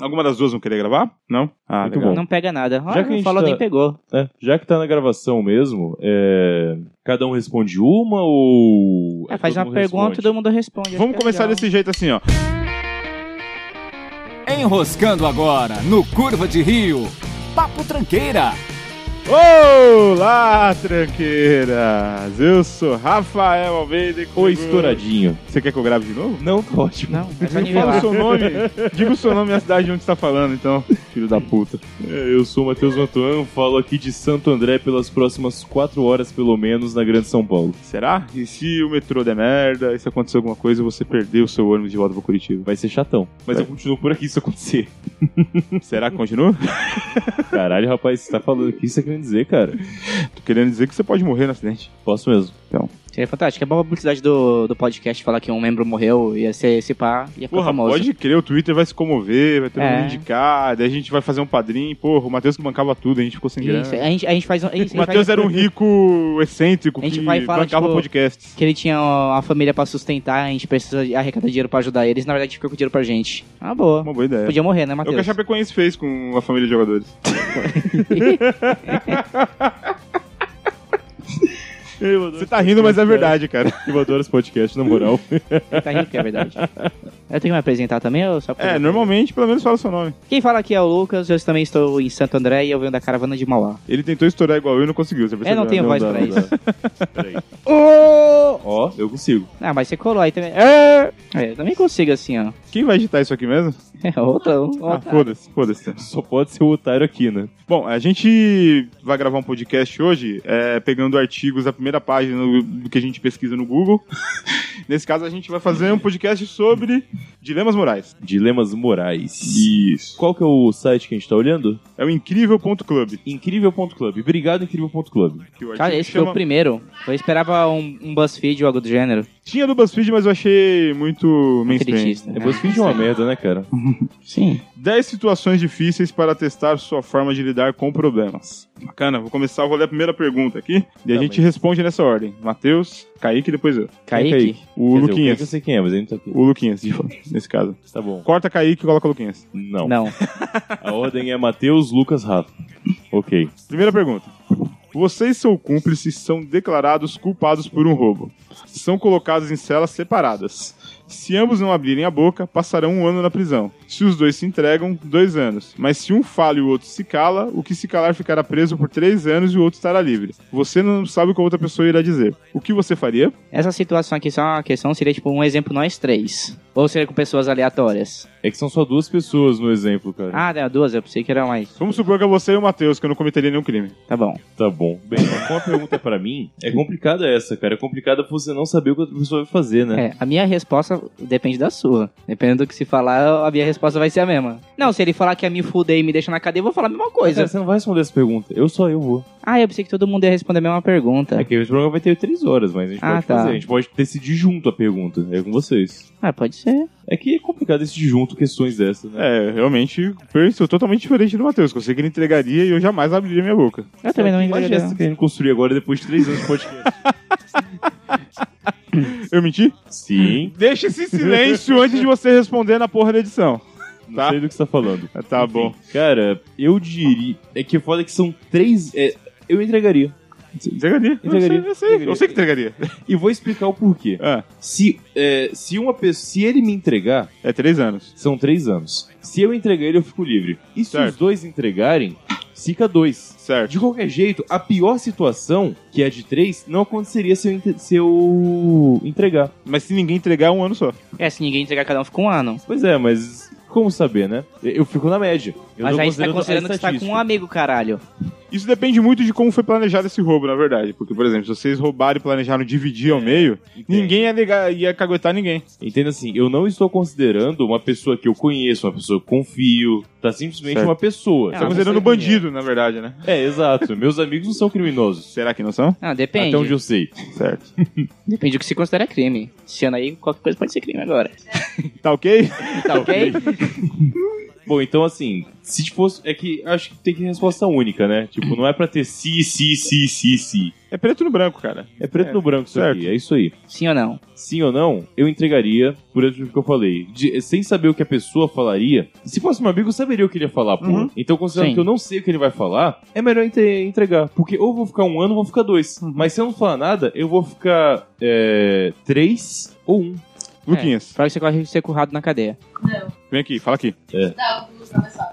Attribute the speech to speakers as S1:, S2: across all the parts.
S1: Alguma das duas não queria gravar? Não? Ah,
S2: Muito
S1: legal.
S2: bom.
S3: Não pega nada.
S2: Já
S3: Olha,
S2: que a gente
S3: falou
S2: tá-
S3: nem pegou.
S2: É, já que tá na gravação mesmo, é, cada um responde uma ou.
S3: É, faz
S2: todo
S3: uma
S2: mundo
S3: pergunta e
S2: responde?
S3: todo mundo responde. Acho que
S1: Vamos
S3: é
S1: começar
S3: legal.
S1: desse jeito assim, ó.
S4: Enroscando agora no Curva de Rio. Papo Tranqueira.
S1: Olá, tranqueiras! Eu sou Rafael Almeida e
S2: Ô,
S1: comigo-
S2: estouradinho.
S1: Você quer que eu grave de novo?
S2: Não, tá ótimo.
S3: Não,
S1: Me
S3: é só
S1: fala o
S3: nivelar.
S1: seu nome. Diga o seu nome e a cidade de onde você tá falando, então.
S2: Filho da puta. É, Eu sou o Matheus Mantuan, falo aqui de Santo André pelas próximas quatro horas, pelo menos, na Grande São Paulo.
S1: Será? E se o metrô der merda, e se acontecer alguma coisa, você perdeu o seu ônibus de volta pra Curitiba?
S2: Vai ser chatão. Mas
S1: Vai.
S2: eu continuo por aqui se acontecer.
S1: Será que continua?
S2: Caralho, rapaz, você tá falando o que você tá querendo dizer, cara?
S1: Tô querendo dizer que você pode morrer no acidente.
S2: Posso mesmo.
S3: Seria fantástico. É uma publicidade do, do podcast falar que um membro morreu, ia ser esse pá, ia ficar
S1: Porra,
S3: famoso.
S1: pode crer, o Twitter vai se comover, vai ter um
S3: É.
S1: mundo indicar, daí a gente vai fazer um padrinho. Porra, o Matheus que bancava tudo, a gente ficou sem
S3: Isso,
S1: grana.
S3: a gente, a gente faz um. isso, a gente
S1: O Matheus
S3: faz-
S1: era um rico excêntrico
S3: A gente
S1: que
S3: vai e fala,
S1: bancava
S3: tipo,
S1: podcasts.
S3: Que ele tinha ó, a família pra sustentar, a gente precisa de- arrecadar dinheiro pra ajudar eles, na verdade ficou com o dinheiro pra gente. Ah, boa.
S1: Uma boa ideia.
S3: Podia morrer,
S1: É
S3: né,
S1: o que a
S3: Matheus?
S1: Chapecoense fez com a família de jogadores. Você tá rindo, mas é verdade, cara.
S2: Eu adoro esse podcast, na moral.
S3: Ele tá rindo, que é verdade. Eu tenho que me apresentar também ou só
S1: É, normalmente, pelo menos fala o seu nome.
S3: Quem fala aqui é o Lucas, eu também estou em Santo André e eu venho da caravana de Mauá.
S1: Ele tentou estourar igual eu e não conseguiu. Você
S3: Eu não tenho voz pra isso.
S2: Ó, eu consigo.
S3: Ah, mas você colou aí também. É, eu também consigo assim, ó.
S1: Quem vai editar isso aqui mesmo?
S3: É, outra, outra.
S1: Ah, foda-se, foda-se.
S2: Só pode ser o otário aqui, né?
S1: Bom, a gente vai gravar um podcast hoje é, pegando artigos da primeira página do- do que a gente pesquisa no Google. Nesse caso, a gente vai fazer um podcast sobre dilemas morais.
S2: Dilemas morais.
S1: Isso.
S2: Qual que é o site que a gente tá olhando?
S1: É o incrível.club.
S2: Incrível.club. Obrigado, Incrível.club.
S1: assim que o
S3: Cara,
S1: artigo
S3: esse foi
S1: chama-
S3: o primeiro. Eu esperava um, um BuzzFeed ou algo do gênero.
S1: Tinha do BuzzFeed, mas eu achei muito mainstream.
S3: Critista.
S2: É BuzzFeed é uma merda, né, cara?
S3: Sim.
S1: 10 situações difíceis para testar sua forma de lidar com problemas. Bacana, vou começar, vou ler a primeira pergunta aqui. E a
S2: Tá
S1: gente
S2: bem.
S1: responde nessa ordem. Matheus, Kaique e depois eu. é
S3: Kaique.
S1: O
S2: Quer dizer,
S1: Luquinhas.
S2: Kaique eu sei quem é, mas ele não tá aqui.
S1: O Luquinhas, de fato, nesse caso.
S2: Tá bom.
S1: Corta Kaique e coloca o Luquinhas.
S2: Não.
S3: Não.
S2: A ordem é Matheus, Lucas, Rafa. Ok.
S1: Primeira pergunta. Você e seu cúmplice são declarados culpados por um roubo. São colocados em celas separadas. Se ambos não abrirem a boca, passarão um ano na prisão. Se os dois se entregam, dois anos. Mas se um fala e o outro se cala, o que se calar ficará preso por três anos e o outro estará livre. Você não sabe o que a outra pessoa irá dizer. O que você faria?
S3: Essa situação aqui, só uma questão, seria tipo um exemplo nós três. Ou seria com pessoas aleatórias?
S2: É que são só duas pessoas no exemplo, cara.
S3: Ah, não, duas, eu pensei que era mais.
S1: Vamos supor que é você e o Matheus, que eu não cometeria nenhum crime.
S3: Tá bom.
S2: Tá bom. Bem, mas com a pergunta pra mim, é complicada essa, cara. É complicada você não saber o que outra pessoa vai fazer, né?
S3: É, a minha resposta depende da sua. Dependendo do que se falar, a minha resposta vai ser a mesma. Não, se ele falar que ia me fuder e me deixa na cadeia, eu vou falar a mesma
S2: Cara,
S3: coisa.
S2: é, você não vai responder essa pergunta. Eu só eu vou.
S3: Ah, eu pensei que todo mundo ia responder a mesma pergunta.
S2: É que esse programa vai ter três horas, mas a gente
S3: Ah,
S2: pode
S3: tá.
S2: fazer. A gente pode decidir junto a pergunta. É com vocês.
S3: Ah, pode ser.
S2: É que é complicado decidir junto questões dessas, né?
S1: É, realmente, perfil totalmente diferente do Matheus. que Eu sei que ele entregaria e eu jamais abriria minha boca.
S3: Eu também não me
S2: Imagina essa
S3: engano.
S2: querendo construir agora depois de três anos de podcast.
S1: Eu menti?
S2: Sim.
S1: Deixa esse silêncio antes de você responder na porra da edição.
S2: Não
S1: Tá.
S2: sei do que você tá falando.
S1: Tá
S2: Enfim,
S1: bom.
S2: Cara, eu diria. É que foda que são três. é, eu entregaria.
S1: Entregaria.
S2: Entregaria.
S1: Eu sei, eu sei, eu sei que entregaria.
S2: E vou explicar o porquê.
S1: Ah,
S2: Se, é, se uma pessoa. Se ele me entregar,
S1: é três anos.
S2: são três anos. Se eu entregar ele, eu fico livre. E se
S1: Certo.
S2: os dois entregarem, fica dois.
S1: Certo.
S2: De qualquer jeito, a pior situação, que é a de três, não aconteceria se eu, entre- se eu entregar.
S1: Mas se ninguém entregar, é um ano só.
S3: É, se ninguém entregar cada um, fica um ano.
S2: Pois é, mas como saber, né? Eu fico na média. Eu
S3: Mas
S2: tô
S3: aí você tá
S2: a
S3: considerando que você tá com um
S2: estatística.
S3: amigo, caralho.
S1: Isso depende muito de como foi planejado esse roubo, na verdade. Porque, por exemplo, se vocês roubaram e planejaram dividir
S2: É,
S1: ao meio,
S2: Entende?
S1: ninguém ia, negar, ia caguetar ninguém.
S2: Entenda assim, eu não estou considerando uma pessoa que eu conheço, uma pessoa que eu confio. Tá simplesmente
S1: Certo.
S2: uma pessoa.
S3: É,
S1: Tá
S3: Ah,
S2: sabe?
S1: considerando
S3: não sei quem é.
S1: bandido, na verdade, né?
S2: É, exato. Meus amigos não são criminosos.
S1: Será que não são?
S3: Ah,
S1: um
S3: depende.
S2: Até onde eu sei.
S1: Certo.
S3: Depende do que se considera crime. Esse ano aí, qualquer coisa pode ser crime agora.
S1: Tá ok?
S3: Tá ok?
S2: Bom, então assim, se fosse. É que acho que tem que ter resposta única, né? Tipo, não é pra ter si, si, si, si, si.
S1: É preto no branco, cara.
S2: É preto
S1: É,
S2: no branco isso
S1: certo.
S2: aqui, é isso aí.
S3: Sim ou não?
S2: Sim ou não, eu entregaria por isso que eu falei. De- sem saber o que a pessoa falaria. Se fosse meu amigo, eu saberia o que ele ia falar, pô.
S1: Uhum.
S2: Então, considerando
S3: Sim.
S2: que eu não sei o que ele vai falar, é melhor entre- entregar. Porque ou eu vou ficar um ano ou vou ficar dois. Mas se eu não falar nada, eu vou ficar é, três ou um.
S1: Luquinhas,
S3: Pra que você corre de ser currado na cadeia.
S1: vem aqui, fala aqui.
S5: Não, não é só.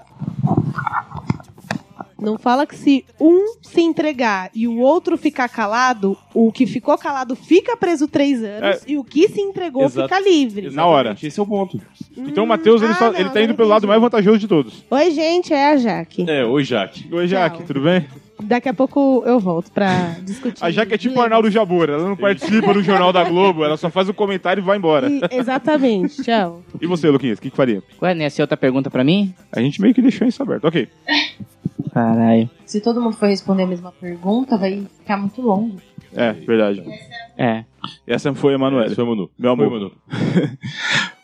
S6: Não fala que se um se entregar e o outro ficar calado, o que ficou calado fica preso três anos
S1: É.
S6: e o que se entregou
S2: Exato.
S6: fica livre.
S1: Na hora.
S2: Exatamente, Esse é o ponto.
S1: Então o Matheus, ele,
S6: ah,
S1: só-
S6: não,
S1: ele tá
S6: não
S1: indo pelo lado
S6: entendi.
S1: mais vantajoso de todos.
S6: Oi, gente, é a Jaque.
S2: É, oi, Jaque.
S1: Oi, Jaque,
S6: Não.
S1: tudo bem?
S6: Daqui a pouco eu volto pra discutir.
S1: A Jaque é tipo o Arnaldo Jabor, ela não participa do Jornal da Globo, ela só faz o comentário e vai embora.
S6: E- exatamente, tchau.
S1: E você, Luquinhas, o que, que faria?
S3: Ué, não ia ser outra pergunta pra mim?
S1: A gente meio que deixou isso aberto. Ok.
S3: Caralho.
S5: Se todo mundo for responder a mesma pergunta, vai ficar muito longo.
S1: É, verdade.
S3: É.
S1: Essa foi a Emanuela.
S2: Esse foi o Manu.
S1: Meu
S2: Foi,
S1: amor.
S2: Manu.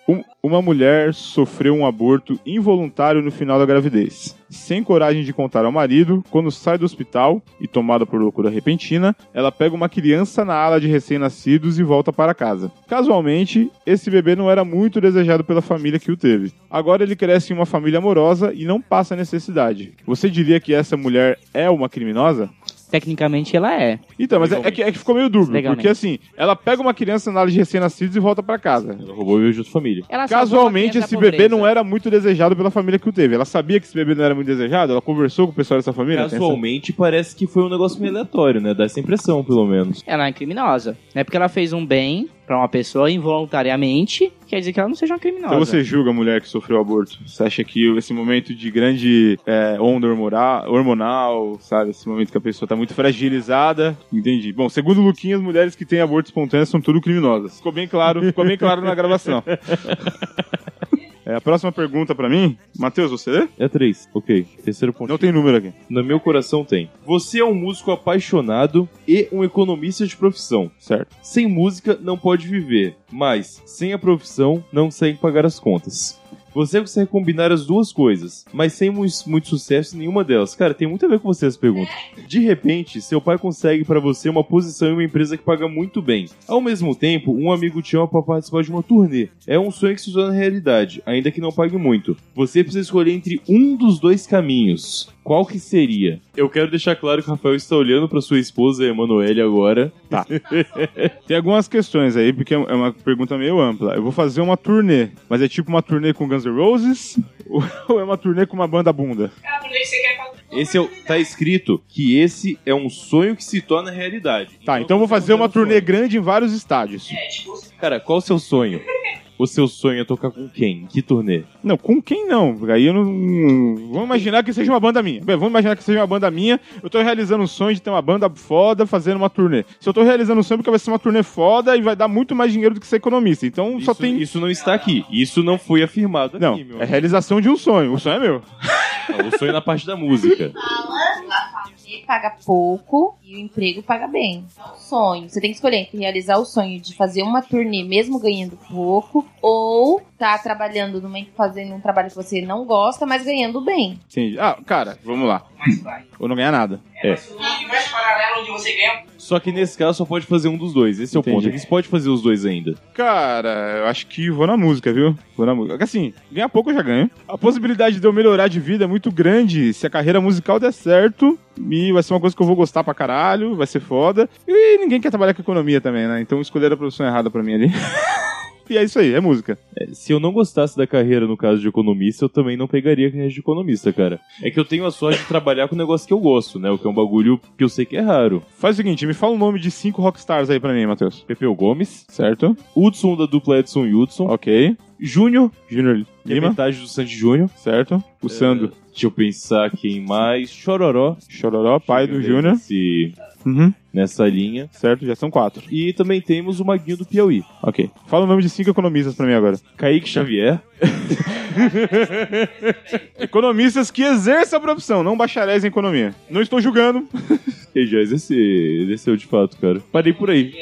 S1: Um- uma mulher sofreu um aborto involuntário no final da gravidez. Sem coragem de contar ao marido, quando sai do hospital e tomada por loucura repentina, ela pega uma criança na ala de recém-nascidos e volta para casa. Casualmente, esse bebê não era muito desejado pela família que o teve. Agora ele cresce em uma família amorosa e não passa necessidade. Você diria que essa mulher é uma criminosa?
S3: Tecnicamente ela é.
S1: Então, mas é, é que, é que ficou meio dúbio,
S3: Legalmente.
S1: porque assim, ela pega uma criança na ala de recém-nascidos e volta para casa.
S2: Ela roubou meu justo família.
S3: Ela salvou
S1: Casualmente,
S3: a criança
S1: esse
S3: da
S1: bebê
S3: pobreza.
S1: não é- era muito desejado pela família que o teve. Ela sabia que esse bebê não era muito desejado, ela conversou com o pessoal dessa família. tem essa-
S2: Casualmente parece que foi um negócio meio aleatório, né? Dá essa impressão, pelo menos.
S3: Ela é criminosa. Não é porque ela fez um bem pra uma pessoa involuntariamente, quer dizer que ela não seja uma criminosa.
S1: Então você julga a mulher que sofreu aborto. Você acha que esse momento de grande é, onda hormora- hormonal, sabe? Esse momento que a pessoa tá muito fragilizada. Entendi. Bom, segundo o Luquinha, as mulheres que têm aborto espontâneo são tudo criminosas. Ficou bem claro, ficou bem claro na gravação. É, a próxima pergunta pra mim, Matheus, você lê?
S2: É três. Ok. Terceiro ponto.
S1: Não tem número aqui.
S2: No meu coração tem. Você é um músico apaixonado e um economista de profissão.
S1: Certo.
S2: Sem música não pode viver, mas sem a profissão não consegue pagar as contas. Você consegue combinar as duas coisas, mas sem mu- muito sucesso em nenhuma delas. Cara, tem muito a ver com você essa pergunta. De repente, seu pai consegue pra você uma posição em uma empresa que paga muito bem. Ao mesmo tempo, um amigo te chama pra participar de uma turnê. É um sonho que se torna realidade, ainda que não pague muito. Você precisa escolher entre um dos dois caminhos. Qual que seria? Eu quero deixar claro que o Rafael está olhando pra sua esposa, Emanuele, agora.
S1: Tem algumas questões aí, porque é uma pergunta meio ampla. Eu vou fazer uma turnê, mas é tipo uma turnê com Guns N' Roses ou ou é uma turnê com uma banda bunda?
S2: Esse é o, tá escrito que esse é um sonho que se torna realidade.
S1: Tá, então eu vou
S2: você
S1: fazer uma
S2: tá no
S1: turnê grande em vários estádios.
S2: sonho. Cara, qual o seu sonho? o seu sonho é tocar com quem? Que turnê?
S1: Não, com quem não? Aí eu não. Vamos imaginar que seja uma banda minha. Bem, vamos imaginar que seja uma banda minha. Eu tô realizando um sonho de ter uma banda foda fazendo uma turnê. Se eu tô realizando um sonho, porque vai ser uma turnê foda e vai dar muito mais dinheiro do que ser economista. Então só
S2: isso,
S1: tem.
S2: isso não está aqui. Isso não foi afirmado
S1: Não,
S2: aqui, meu
S1: é
S2: amigo.
S1: realização de um sonho. O sonho é meu.
S2: Ah, O sonho na parte da música.
S5: Você paga pouco e o emprego paga bem. É um sonho. Você tem que escolher entre realizar o sonho de fazer uma turnê mesmo ganhando pouco ou tá trabalhando numa fazendo um trabalho que você não gosta, mas ganhando bem.
S1: Entendi. Ah, cara, vamos lá. Ou não ganhar nada.
S2: Só que nesse caso só pode fazer um dos dois. Esse é o
S1: Entendi.
S2: ponto. É que Você pode fazer os dois ainda.
S1: Cara, eu acho que vou na música, viu? Vou na música. Assim, ganhar pouco eu já ganho. A possibilidade de eu melhorar de vida é muito grande se a carreira musical der certo. E vai ser uma coisa que eu vou gostar pra caralho, vai ser foda. E ninguém quer trabalhar com economia também, né? Então escolher a profissão errada pra mim ali. e é isso aí, é música.
S2: Se eu não gostasse da carreira, no caso de economista, eu também não pegaria a carreira de economista, cara. É que eu tenho a sorte de trabalhar com um negócio que eu gosto, né? O que é um bagulho que eu sei que é raro.
S1: Faz o seguinte, me fala o nome de cinco rockstars aí pra mim, Matheus.
S2: Pepeu Gomes,
S1: Certo?
S2: Hudson da dupla Edson e Hudson,
S1: Ok.
S2: Júnior,
S1: Junior
S2: que é
S1: Lima,
S2: metade do Sandy Júnior.
S1: certo? O Sandro.
S2: É. Deixa eu pensar quem mais. Chororó.
S1: Chororó, pai do
S2: Chega
S1: Júnior.
S2: nesse-
S1: Uhum.
S2: Nessa linha.
S1: Certo, já são quatro.
S2: E também temos o Maguinho do Piauí.
S1: Ok. Fala o nome de cinco economistas pra mim agora.
S2: Kaique Xavier.
S1: Economistas que exerçam a profissão, não bacharéis em economia. Não estou julgando.
S2: Ele já exerceu, exerceu de fato, cara. Parei por aí.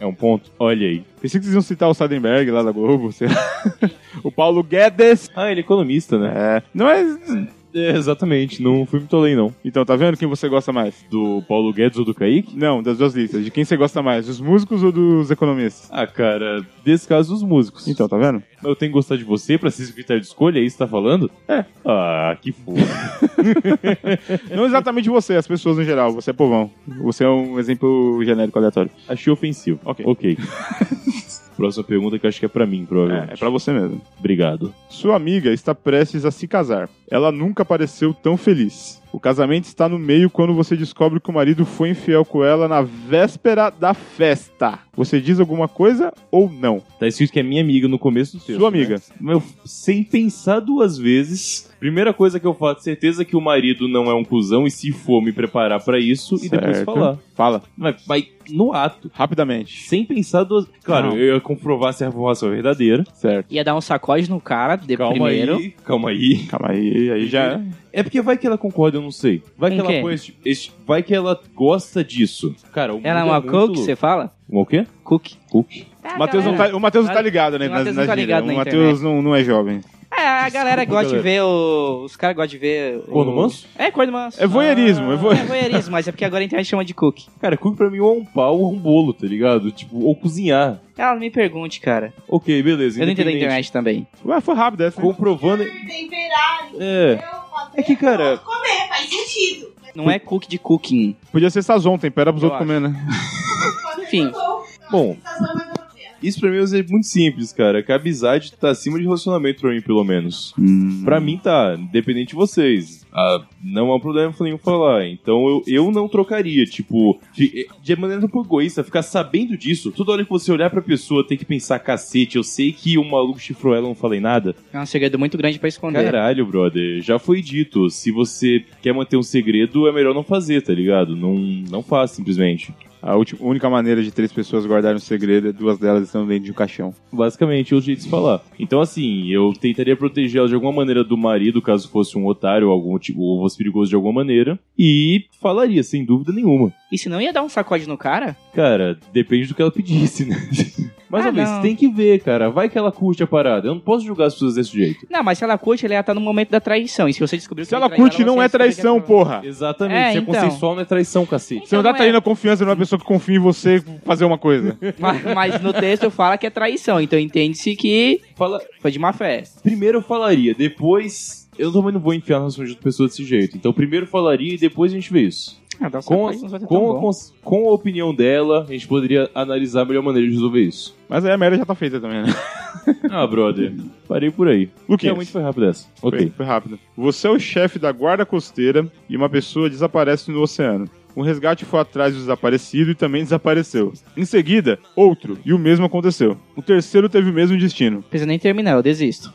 S2: É um ponto? Olha aí.
S1: Pensei que vocês iam citar o Sadenberg lá da Globo, sei lá. O Paulo Guedes.
S2: Ah, ele é economista, né?
S1: É. Não é.
S2: É, exatamente. Não fui muito além, não.
S1: Então, tá vendo quem você gosta mais?
S2: Do Paulo Guedes ou do Kaique?
S1: Não, das duas listas. De quem você gosta mais? Dos músicos ou dos economistas?
S2: Ah, cara, desse caso, os músicos.
S1: Então, tá vendo?
S2: Eu tenho que gostar de você pra ser esse critério de escolha? É isso que tá falando? É. Ah, que fofo.
S1: Não exatamente você, as pessoas no geral. Você é povão. Você é um exemplo genérico aleatório.
S2: Achei ofensivo.
S1: Ok.
S2: Ok. Próxima pergunta que eu acho que é pra mim, provavelmente.
S1: É, é pra você mesmo.
S2: Obrigado.
S1: Sua amiga está prestes a se casar. Ela nunca pareceu tão feliz. O casamento está no meio quando você descobre que o marido foi infiel com ela na véspera da festa. Você diz alguma coisa ou não?
S2: Tá escrito que é minha amiga no começo do texto.
S1: Sua amiga.
S2: né? Meu, sem pensar duas vezes. Primeira coisa que eu faço, certeza que o marido não é um cuzão e se for me preparar pra isso e depois
S1: Certo.
S2: falar.
S1: Fala,
S2: Mas, mas no ato,
S1: rapidamente.
S2: sem pensar duas. Claro,
S1: Não.
S2: eu ia comprovar se a informação é verdadeira.
S1: Certo.
S3: Ia dar um sacode no cara de
S2: Calma
S3: primeiro.
S2: aí, calma aí.
S1: Calma aí, aí já.
S2: É porque vai que ela concorda, eu não sei. Vai que
S3: Com
S2: ela
S3: quem?
S2: põe esse- esse- Vai que ela gosta disso. Cara, o
S3: Ela é
S2: mundo
S3: uma
S2: muito
S3: cook,
S2: louco.
S3: você fala?
S2: Uma o quê?
S3: Cook. Ah,
S2: Cook.
S5: Tá,
S1: Mateus não
S5: galera.
S1: tá, o Matheus não tá ligado, né?
S3: O Matheus
S1: nas-
S3: não
S1: nas
S3: tá ligado
S1: gírias.
S3: na
S1: o Matheus não, não é jovem.
S3: É, a galera gosta
S2: galera.
S3: de ver o... Os caras gostam de ver... o-
S2: Corno manso?
S3: É, corno manso.
S1: É voyeurismo, é voy-
S3: É voyeurismo, mas é porque agora a internet chama de cook.
S2: Cara, cook pra mim ou é um pau ou é um bolo, tá ligado? Tipo, ou cozinhar.
S3: Ela não me pergunte, cara.
S2: Ok, beleza.
S3: Eu não entendo a
S2: independente.
S3: internet também.
S1: Ué, foi rápido essa. hein?
S2: Comprovando.
S7: Temperar,
S2: É. É que, cara,
S7: comer, faz sentido.
S3: Não é cook de cooking.
S1: Podia ser Sazon, tempera pros
S3: Eu
S1: outros comer, né?
S3: Enfim.
S7: é
S2: bom, isso pra mim é muito simples, cara. Que a amizade tá acima de relacionamento pra mim, pelo menos.
S1: Hum.
S2: Pra mim tá, independente de vocês. Ah, não há problema nenhum falar. Então eu, eu não trocaria, tipo, de, de maneira um pouco egoísta, ficar sabendo disso. Toda hora que você olhar pra pessoa, tem que pensar, cacete, eu sei que o maluco chifrou ela, eu não falei nada.
S3: É um segredo muito grande pra esconder.
S2: Caralho, brother, já foi dito. Se você quer manter um segredo, é melhor não fazer, tá ligado? Não, não faz, simplesmente.
S1: A última, única maneira de três pessoas guardarem um segredo é duas delas estão dentro de um caixão.
S2: Basicamente, é o jeito de se falar. Então, assim, eu tentaria protegê-la de alguma maneira do marido, caso fosse um otário ou algum tipo, ou fosse perigoso de alguma maneira. E falaria, sem dúvida nenhuma.
S3: E se não ia dar um sacode no cara?
S2: Cara, depende do que ela pedisse, né? Mais
S3: Ah,
S2: uma vez,
S3: não.
S2: tem que ver, cara. Vai que ela curte a parada. Eu não posso julgar as pessoas desse jeito.
S3: Não, mas se ela curte, ela ia estar no momento da traição. E se você descobriu
S1: Se
S3: que
S1: ela
S3: traiu
S1: curte, não
S3: você
S1: é
S3: descobriu que
S1: traição,
S3: ela-
S1: porra.
S2: Exatamente.
S3: É,
S2: Se é
S3: então.
S2: consensual, não é traição, cacete.
S1: Você não tá
S3: Então é.
S1: traindo a confiança numa pessoa que confia em você pra fazer uma coisa.
S3: Mas, mas no texto fala que é traição. Então entende-se que
S2: Fala,
S3: foi de má fé.
S2: Primeiro eu falaria, depois. Eu também não vou enfiar na relação de outra pessoa desse jeito. Então, primeiro eu falaria e depois a gente vê isso.
S3: Ah, dá um
S2: Com,
S3: sacode, não vai ser tão
S2: com, a,
S3: bom.
S2: cons- com a opinião dela, a gente poderia analisar a melhor maneira de resolver isso.
S1: Mas aí a merda já tá feita também, né?
S2: Ah, brother. Parei por aí.
S1: Luquinhas.
S2: Realmente foi rápido essa.
S1: Foi,
S2: Ok.
S1: foi rápido. Você é o chefe da guarda costeira e uma pessoa desaparece no oceano. Um resgate foi atrás do desaparecido e também desapareceu. Em seguida, outro, e o mesmo aconteceu. O terceiro teve o mesmo destino.
S3: Não precisa nem terminar, eu desisto.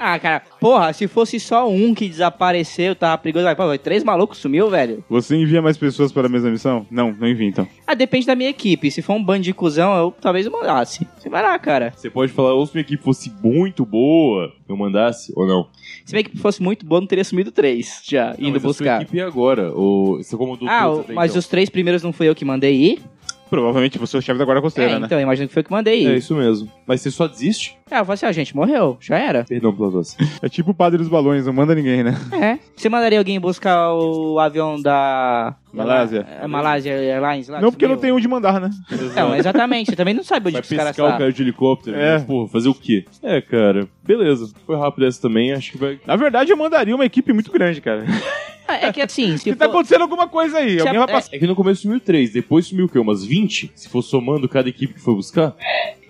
S3: ah, cara, porra, se fosse só um que desapareceu, tava perigoso. Vai, pô, três malucos sumiu, velho.
S1: Você envia mais pessoas para a mesma missão? Não, não envia então.
S3: Ah, depende da minha equipe. Se for um bando de cuzão, eu talvez eu mandasse. Você vai lá, cara.
S2: Você pode falar, ou se minha equipe fosse muito boa, eu mandasse, ou não.
S3: Se minha equipe fosse muito boa, não teria sumido três já,
S2: Não,
S3: indo
S2: mas a sua
S3: buscar.
S2: equipe é agora. Ou... Você comandou
S3: Ah,
S2: todos
S3: o-
S2: até
S3: mas
S2: então.
S3: os três primeiros não fui eu que mandei ir?
S1: Provavelmente você é o chefe da guarda costeira,
S3: é,
S1: né?
S3: então, imagino que foi eu que mandei
S2: É
S3: ir.
S2: isso mesmo. Mas você só desiste?
S3: Ah, eu falei assim, ah, gente, morreu, já era.
S2: Perdão pela tosse.
S1: É tipo o padre dos balões, não manda ninguém, né?
S3: É. Você mandaria alguém buscar o avião da...
S1: Malásia.
S3: É, Malásia Airlines lá?
S1: não,
S3: que
S1: porque não
S3: sumiu?
S1: tem onde mandar, né?
S3: Não, exatamente. Você também não sabe onde
S2: Vai
S3: que os caras tá.
S2: pescar o
S3: estão.
S2: cara de helicóptero?
S1: É.
S2: Mas, porra, fazer o quê? É, cara. Beleza. Foi rápido essa também. Acho que vai.
S1: Na verdade, eu mandaria uma equipe muito grande, cara.
S3: É é que assim, se
S1: Porque tá
S3: for...
S1: acontecendo alguma coisa aí.
S3: Se
S1: Alguém
S3: a-
S1: vai passar.
S2: É que no começo sumiu três, depois sumiu o quê? Umas 20? Se for somando cada equipe que foi buscar?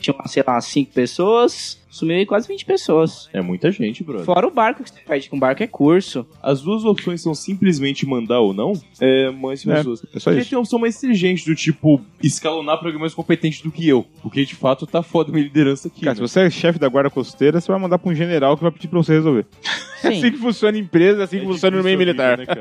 S3: Tinha, sei lá, cinco pessoas, sumiu aí quase 20 pessoas.
S2: É muita gente, brother.
S3: Fora o barco, que você perde com o barco é curso.
S2: As duas opções são simplesmente mandar ou não. É, mas
S1: É,
S2: pessoas.
S1: é só
S2: Porque
S1: isso.
S2: tem uma opção mais inteligente do tipo escalonar pra alguém mais competente do que eu. Porque de fato tá foda minha liderança aqui.
S1: Cara, se
S2: né?
S1: você é chefe da guarda costeira, você vai mandar pra um general que vai pedir pra você resolver. É assim
S6: Sim.
S1: que funciona a empresa, é assim que funciona no meio militar.
S2: né,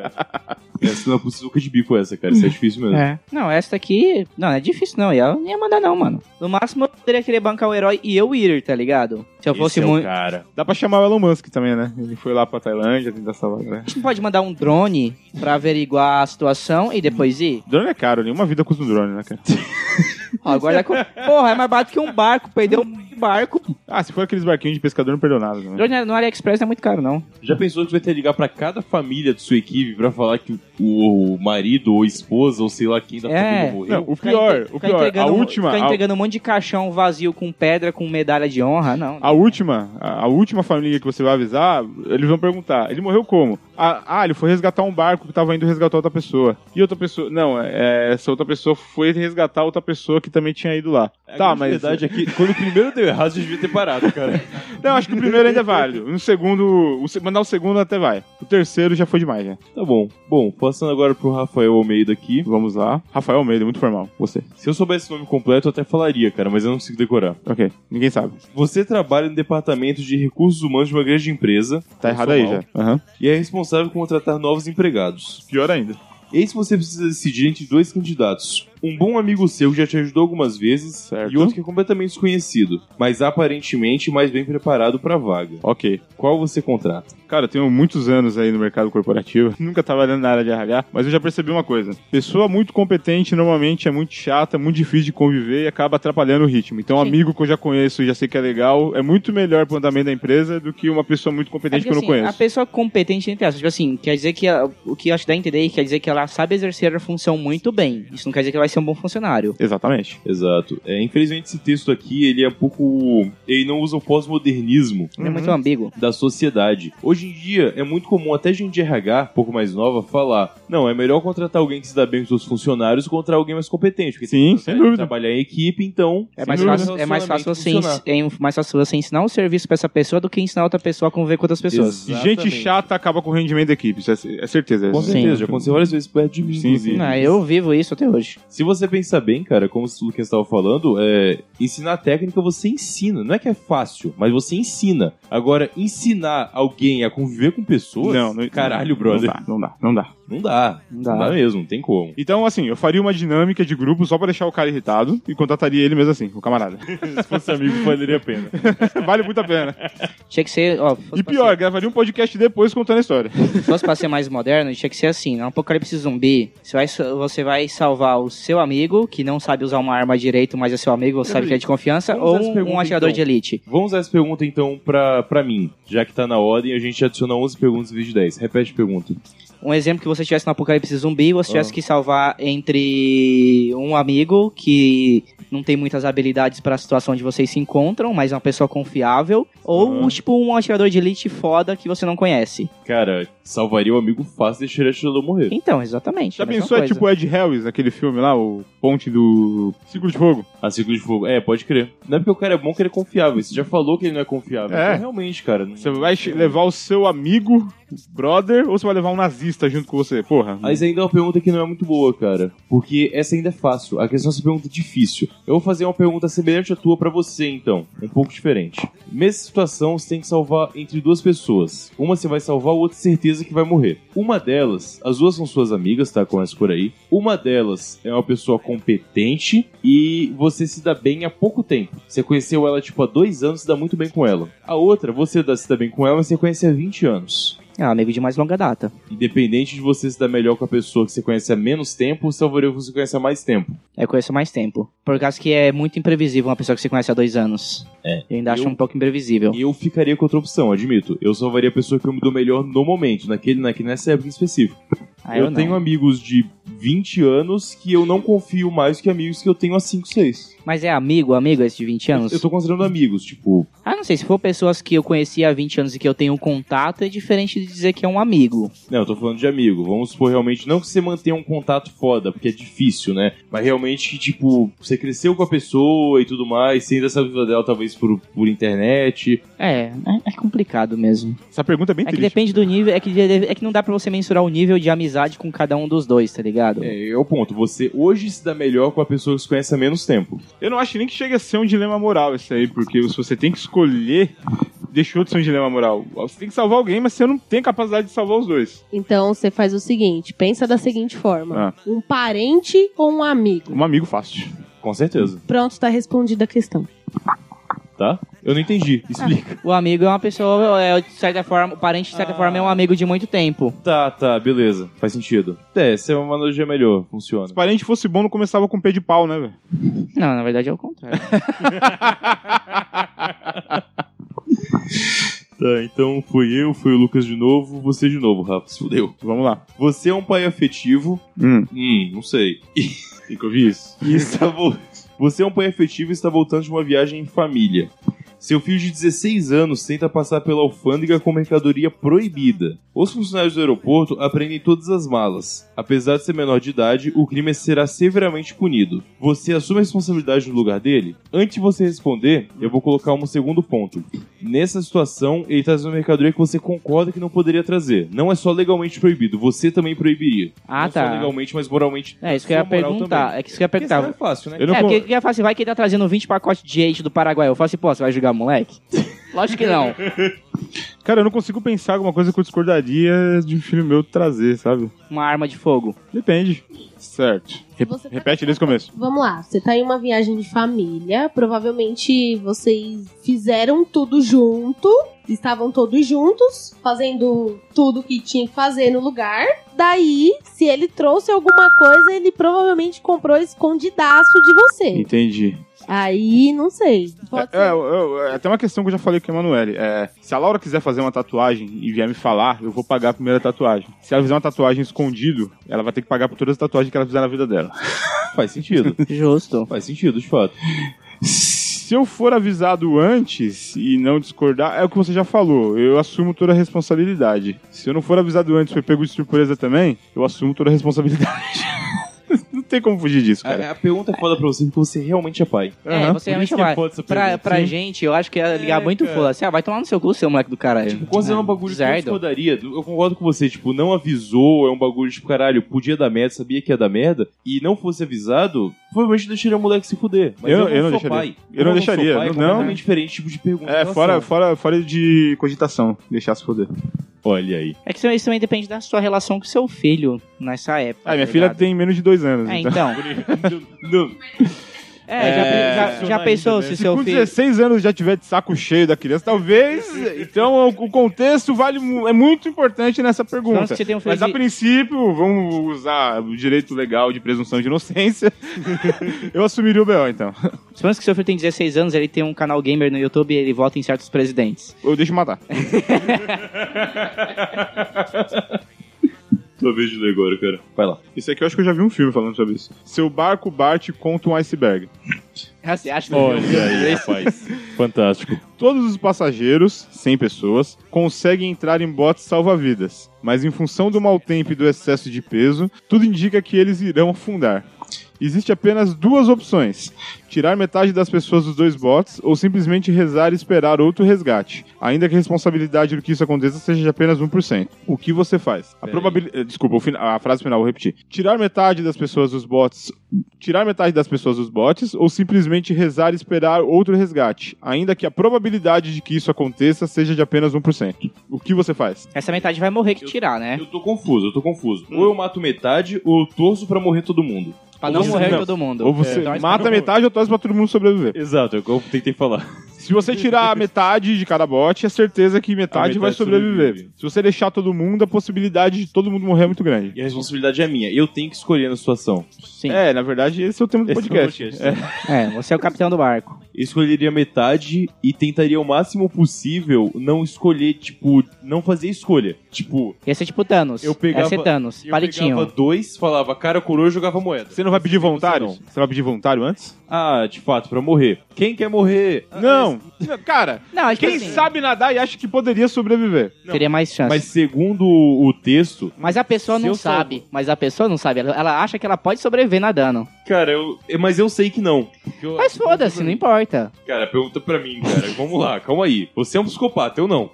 S2: Essa não é possível que de bico essa, cara. Isso é difícil mesmo.
S3: É. Não, essa aqui. Não, é difícil não. e Eu não ia mandar, não, mano. No máximo eu poderia querer bancar o herói e eu ir, tá ligado? Se eu fosse
S2: Esse é o
S3: muito.
S2: cara.
S1: Dá pra chamar o Elon Musk também, né? Ele foi lá pra Tailândia assim, tentar salvar a galera.
S3: A gente pode mandar um drone pra averiguar a situação e depois ir?
S1: Drone é caro, nenhuma vida custa um drone, né, cara?
S3: Ó, agora é co- Porra, é mais barato que um barco. Perdeu um barco.
S1: Ah, se for aqueles barquinhos de pescador, não perdeu nada. Né?
S3: Drone no AliExpress não é muito caro, não.
S2: Já pensou que vai ter que ligar pra cada família de sua equipe pra falar que o, o marido ou esposa ou sei lá quem da
S3: É.
S2: família morreu?
S1: Não, o pior,
S3: entre-
S1: o
S3: ficar
S1: pior, a
S3: entregando-
S1: última,
S3: Ficar
S1: a,
S3: entregando um monte de caixão vazio com pedra, com medalha de honra, não.
S1: a última, a, a última família que você vai avisar, eles vão perguntar, ele morreu como? Ah, ah, ele foi resgatar um barco que tava indo resgatar outra pessoa. E outra pessoa, não, é, essa outra pessoa foi resgatar outra pessoa que também tinha ido lá.
S2: A
S1: tá,
S2: grande
S1: mas...
S2: verdade é que quando o primeiro deu errado, você devia ter parado, cara.
S1: Não, acho que o primeiro ainda é válido. No segundo, o se- mandar o segundo até vai. O terceiro já foi demais, já.
S2: Tá bom. Bom, passando agora pro Rafael Almeida aqui.
S1: Vamos lá. Rafael Almeida, muito formal. Você.
S2: Se eu soubesse o nome completo, eu até falaria, cara, mas eu não consigo decorar.
S1: Ok. Ninguém sabe.
S2: Você trabalha no departamento de recursos humanos de uma grande empresa.
S1: Tá errado aí já. Aham.
S2: E é responsável por contratar novos empregados.
S1: Pior ainda.
S2: Eis que você precisa decidir entre dois candidatos. Um bom amigo seu que já te ajudou algumas vezes
S1: Certo.
S2: e outro que é completamente desconhecido, mas aparentemente mais bem preparado para a vaga.
S1: Ok.
S2: Qual você contrata?
S1: Cara, eu tenho muitos anos aí no mercado corporativo. Nunca trabalhando na área de RH, mas eu já percebi uma coisa. Pessoa muito competente normalmente é muito chata, muito difícil de conviver e acaba atrapalhando o ritmo. Então, um
S6: Sim.
S1: amigo que eu já conheço e já sei que é legal é muito melhor pro andamento da empresa do que uma pessoa muito
S3: É
S1: competente
S3: porque,
S1: que eu não
S3: assim, a
S1: conheço.
S3: pessoa competente, entre aspas, tipo assim, quer dizer que ela- o que eu acho que dá a entender aí, quer dizer que ela sabe exercer a função muito bem. Isso não quer dizer que ela vai ser um bom funcionário.
S1: Exatamente.
S2: Exato. É, infelizmente esse texto aqui, ele é um pouco... Ele não usa o pós-modernismo
S3: É muito ambíguo.
S2: da sociedade. Hoje em dia, é muito comum até gente de RH, um pouco mais nova, falar não, é melhor contratar alguém que se dá bem com seus funcionários do que contratar alguém mais competente. Porque
S1: Sim,
S2: tem que
S1: sem dúvida.
S2: Trabalhar em equipe, então...
S3: É mais,
S1: dúvida.
S3: fácil, é mais fácil você
S2: funcionar.
S3: ens- é mais fácil você ensinar um serviço pra essa pessoa do que ensinar outra pessoa a conviver com outras pessoas.
S1: E Gente
S2: Exatamente.
S1: chata acaba com o rendimento da equipe, isso é, c- é certeza.
S2: Com
S1: Isso é-
S2: certeza, já aconteceu várias vezes perto de mim,
S1: Sim,
S2: inclusive.
S1: sim.
S3: Ah, eu vivo isso até hoje.
S2: Se você pensar bem, cara, como o Luquinhas estava falando, é, ensinar técnica você ensina. Não é que é fácil, mas você ensina. Agora, ensinar alguém a conviver com pessoas,
S1: Não, não,
S2: caralho,
S1: não,
S2: brother,
S1: Não dá, não dá, não dá.
S2: não dá.
S3: Não
S2: Não
S3: dá.
S2: dá, mesmo, não tem como.
S1: Então, assim, eu faria uma dinâmica de grupo só pra deixar o cara irritado e contrataria ele mesmo assim, o camarada.
S2: Se fosse amigo, valeria a pena.
S1: vale muito a pena.
S3: Tinha que ser, ó,
S1: E
S3: fosse pra
S1: pior, gravaria um podcast depois contando a história.
S3: Se fosse pra ser mais moderno, tinha que ser assim: no apocalipse zumbi, você vai, você vai salvar o seu amigo, que não sabe usar uma arma direito, mas é seu amigo, você sabe que é de confiança,
S2: Vamos
S3: ou
S2: às
S3: um, um
S2: perguntas,
S3: atirador
S2: então.
S3: de elite.
S2: Vamos usar essa pergunta, então, pra, pra mim. Já que tá na ordem, a gente adiciona 11 perguntas em vez de 10. Repete a pergunta.
S3: Um exemplo que você tivesse no apocalipse zumbi, você tivesse
S2: Ah.
S3: que salvar entre um amigo que não tem muitas habilidades pra situação onde vocês se encontram, mas é uma pessoa confiável, ou
S2: Ah.
S3: tipo um atirador de elite foda que você não conhece.
S2: Cara, salvaria o amigo fácil e deixaria o atirador morrer.
S3: Então, exatamente.
S1: Já
S3: a mesma
S1: pensou, é
S3: coisa.
S1: tipo o Ed Harris, aquele filme lá, o Ponte do Círculo de Fogo?
S2: A Círculo de Fogo. É, pode crer. Não é porque o cara é bom que ele é confiável. Você já falou que ele não é confiável.
S1: É.
S2: Então, realmente, cara. Não...
S1: Você vai che- levar o seu amigo, brother, ou você vai levar um nazista junto com você? Porra.
S2: Mas ainda é uma pergunta que não é muito boa, cara. Porque essa ainda é fácil. A questão é essa pergunta é difícil. Eu vou fazer uma pergunta semelhante à tua pra você, então. Um pouco diferente. Mesma situação, você tem que salvar entre duas pessoas. Uma você vai salvar, a outra certeza que vai morrer. Uma delas, as duas são suas amigas, tá? Começa por aí. Uma delas é uma pessoa competente e você se dá bem há pouco tempo. Você conheceu ela, tipo, há dois anos, se dá muito bem com ela. A outra, você dá- se dá bem com ela, mas você conhece há 20 anos.
S3: É um amigo de mais longa data.
S2: Independente de você se dar melhor com a pessoa que você conhece há menos tempo, ou salvaria o que você conhece há mais tempo.
S3: É, eu conheço mais tempo. Por causa que é muito imprevisível uma pessoa que você conhece há dois anos. É. Eu ainda acho
S2: Eu-
S3: um pouco imprevisível.
S2: E eu ficaria com outra opção, admito. Eu salvaria a pessoa que eu me dou melhor no momento, naquele, naque- nessa época em específico.
S3: Ah,
S2: eu
S3: não.
S2: tenho amigos de 20 anos que eu não confio mais que amigos que eu tenho há 5, 6.
S3: Mas é amigo, amigo esse de 20 anos?
S2: Eu tô considerando amigos, tipo,
S3: Ah, não sei. Se for pessoas que eu conheci há 20 anos e que eu tenho contato, é diferente de dizer que é um amigo.
S2: Não, eu tô falando de amigo. Vamos supor realmente, não que você mantenha um contato foda, porque é difícil, né? Mas realmente que, tipo, você cresceu com a pessoa e tudo mais, você ainda sabe a vida dela, talvez por, por internet.
S3: É, é, é complicado mesmo.
S1: Essa pergunta é bem
S3: É que
S1: triste.
S3: depende do nível, é que, de- é que não dá pra você mensurar o nível de amizade com cada um dos dois, tá ligado?
S2: É, é o ponto. Você hoje se dá melhor com a pessoa que se conhece há menos tempo.
S1: Eu não acho nem que chegue a ser um dilema moral esse aí, porque se você tem que escolher deixou de ser um dilema moral. Você tem que salvar alguém, mas você não tem capacidade de salvar os dois.
S8: Então você faz o seguinte: pensa da seguinte forma:
S1: Ah.
S8: um parente ou um amigo?
S1: Um amigo fácil.
S2: Com certeza,
S8: Pronto, tá respondida a questão.
S2: tá? Eu não entendi. Explica.
S3: O amigo é uma pessoa, é, de certa forma, o parente, de certa
S2: Ah.
S3: forma, é um amigo de muito tempo.
S2: Tá, tá, beleza. Faz sentido. É, essa é uma analogia melhor. Funciona.
S1: Se parente fosse bom, não começava com pé de pau, né, velho?
S3: Não, na verdade é o contrário.
S2: Tá, então foi eu, foi o Lucas de novo, você de novo, Rafa. Se fudeu.
S1: Vamos lá.
S2: Você é um pai afetivo.
S1: Hum.
S2: Hum, não sei. E que eu vi isso. E está vo- Você é um pai afetivo e está voltando de uma viagem em família. Seu filho de 16 anos tenta passar pela alfândega com mercadoria proibida. Os funcionários do aeroporto apreendem todas as malas. Apesar de ser menor de idade, o crime será severamente punido. Você assume a responsabilidade no lugar dele? Antes de você responder, eu vou colocar um segundo ponto. Nessa situação, ele traz uma mercadoria que você concorda que não poderia trazer. Não é só legalmente proibido, você também proibiria.
S3: Ah,
S2: não só
S3: tá.
S2: legalmente, mas moralmente
S3: É isso que eu ia
S2: sua um moral
S3: perguntar.
S2: também.
S3: É que isso que eu ia
S2: Porque senão
S3: perguntar.
S2: é fácil, né?
S1: Eu não
S3: é,
S1: con-
S3: porque que eu falo assim, vai que ele tá trazendo 20 pacotes de leite do Paraguai. Eu falo assim, pô, você vai julgar moleque? Lógico que não.
S1: Cara, eu não consigo pensar alguma coisa que eu discordaria de um filho meu trazer, sabe?
S3: Uma arma de fogo.
S1: Depende. Certo. Re-
S8: Você tá-
S1: Repete desde o começo.
S8: Vamos lá, você tá em uma viagem de família, provavelmente vocês fizeram tudo junto, estavam todos juntos, fazendo tudo que tinha que fazer no lugar. Daí, se ele trouxe alguma coisa, ele provavelmente comprou escondidaço de você.
S1: Entendi.
S8: Aí, não sei. Pode
S1: É,
S8: ser.
S1: é, é, é até uma questão que eu já falei com a Emanuele. É, se a Laura quiser fazer uma tatuagem e vier me falar, eu vou pagar a primeira tatuagem. Se ela fizer uma tatuagem escondido, ela vai ter que pagar por todas as tatuagens que ela fizer na vida dela.
S2: Faz sentido.
S3: Justo.
S2: Faz sentido, de fato.
S1: Se eu for avisado antes e não discordar, é o que você já falou. Eu assumo toda a responsabilidade. Se eu não for avisado antes e for pego de surpresa também, eu assumo toda a responsabilidade. não tem como fugir disso, cara.
S2: A, a pergunta é foda pra você porque você realmente é pai.
S3: É,
S1: Aham.
S3: você
S2: Por isso
S3: realmente
S2: que é
S3: vai.
S2: foda essa
S3: Pra,
S2: pergunta.
S3: pra
S2: Sim.
S3: gente, eu acho que ia ligar
S2: É,
S3: muito
S2: cara.
S3: foda. Assim, ah, vai tomar no seu cu, seu moleque do caralho.
S2: Tipo, considerando um bagulho que eu
S3: Zardo.
S2: discordaria, eu concordo com você, tipo, não avisou, é um bagulho tipo, caralho, podia dar merda, sabia que ia dar merda, e não fosse avisado, provavelmente deixaria o moleque se fuder. Mas
S1: Eu-
S2: eu,
S1: eu não
S2: não sou
S1: deixaria.
S2: pai.
S1: Eu não deixaria,
S2: Sou pai, é
S1: não.
S2: completamente diferente tipo de pergunta.
S1: É,
S2: em
S1: fora,
S2: relação.
S1: fora, fora de cogitação, deixar se foder.
S2: Olha aí.
S3: É que isso, isso também depende da sua relação com seu filho nessa época.
S1: Ah, minha
S3: tá
S1: filha
S3: ligado?
S1: tem menos de dois anos,
S3: É,
S1: então.
S3: então.
S2: Não,
S3: É, já
S1: É,
S3: pe- já, já,
S2: funciona
S3: pensou
S2: ainda,
S3: se
S2: né?
S3: seu
S1: Com
S3: filho.
S1: 16 anos já tiver de saco cheio da criança, talvez. Então o o contexto vale mu- é muito importante nessa
S3: Então, se
S1: pergunta.
S3: você tem um filho
S1: Mas a
S3: de-
S1: princípio, vamos usar o direito legal de presunção de inocência. Eu assumiria o BO, então.
S3: Suponhamos que seu filho tem 16 anos, ele tem um canal gamer no YouTube e ele vota em certos presidentes.
S1: Eu deixo matar.
S2: tô vendo agora, cara. Vai lá.
S1: Isso aqui eu acho que eu já vi um filme falando sobre isso. Seu barco bate contra um iceberg.
S3: Ah, Você acha que
S2: Olha aí, rapaz. Fantástico.
S1: Todos os passageiros, 100 pessoas, conseguem entrar em botes salva-vidas, mas em função do mau tempo e do excesso de peso, tudo indica que eles irão afundar. Existe apenas duas opções: tirar metade das pessoas dos dois botes ou simplesmente rezar e esperar outro resgate, ainda que a responsabilidade do que isso aconteça seja de apenas 1%. O que você faz? A
S2: Peraí.
S1: probabilidade, desculpa, o fina- a frase final vou repetir. Tirar metade das pessoas dos botes tirar metade das pessoas dos botes ou simplesmente rezar e esperar outro resgate, ainda que a probabilidade de que isso aconteça seja de apenas 1%. O que você faz?
S3: Essa metade vai morrer que tirar, né?
S2: Eu tô confuso, eu tô confuso. Ou eu mato metade, ou eu torço pra morrer todo mundo.
S3: Pra não
S2: Ou-
S3: morrer
S2: não.
S3: todo mundo.
S1: Ou você
S3: Então,
S1: mata metade ou torce pra todo mundo sobreviver.
S2: Exato, é o que eu tentei falar.
S1: Se você tirar a metade de cada bote, é certeza que metade,
S2: metade
S1: vai sobreviver.
S2: sobrevive.
S1: Se você deixar todo mundo, a possibilidade de todo mundo morrer é muito grande.
S2: E a responsabilidade é minha. Eu tenho que escolher na situação.
S3: Sim. É.
S1: É, na verdade, esse é o tema do
S2: Esse é o
S1: podcast.
S2: podcast.
S1: É.
S3: você é o capitão do barco.
S2: Eu escolheria metade e tentaria o máximo possível não escolher, tipo, não fazer escolha. Tipo,
S3: Ia ser tipo Thanos.
S2: Eu pegava-
S3: Ia ser Thanos,
S2: eu
S3: palitinho.
S2: pegava dois, falava cara, coroa e jogava moeda.
S1: Você não vai pedir voluntário?
S2: Você
S1: Você vai pedir voluntário antes?
S2: Ah, de fato, pra morrer. Quem quer morrer? Ah,
S1: não! Cara,
S3: Não, acho que
S1: quem
S3: assim,
S1: sabe nadar e acha que poderia sobreviver?
S3: teria mais
S2: mas-
S3: chance.
S2: Mas
S3: Mas,
S2: segundo o texto,
S3: a pessoa
S2: Se
S3: não
S2: eu salvo-
S3: sabe. Mas a pessoa não sabe. Ela, ela acha que ela pode sobreviver nadando.
S2: cara, eu. é, Mas eu sei que não. Porque eu-
S3: Mas foda-se, não importa.
S2: Cara, pergunta pra mim, cara. Vamos lá, calma aí. Você é um psicopata, eu não.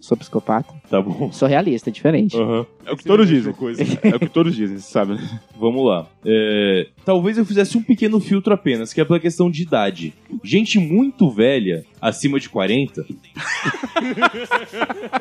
S3: sou psicopata.
S2: Tá bom.
S3: Sou realista, é diferente.
S2: Aham.
S1: É o que todos
S2: Sempre a mesma
S1: dizem. É o que todos dizem, você sabe, né?
S2: Vamos lá. É, talvez eu fizesse um pequeno filtro apenas, que é pela questão de idade. Gente muito velha, acima de 40.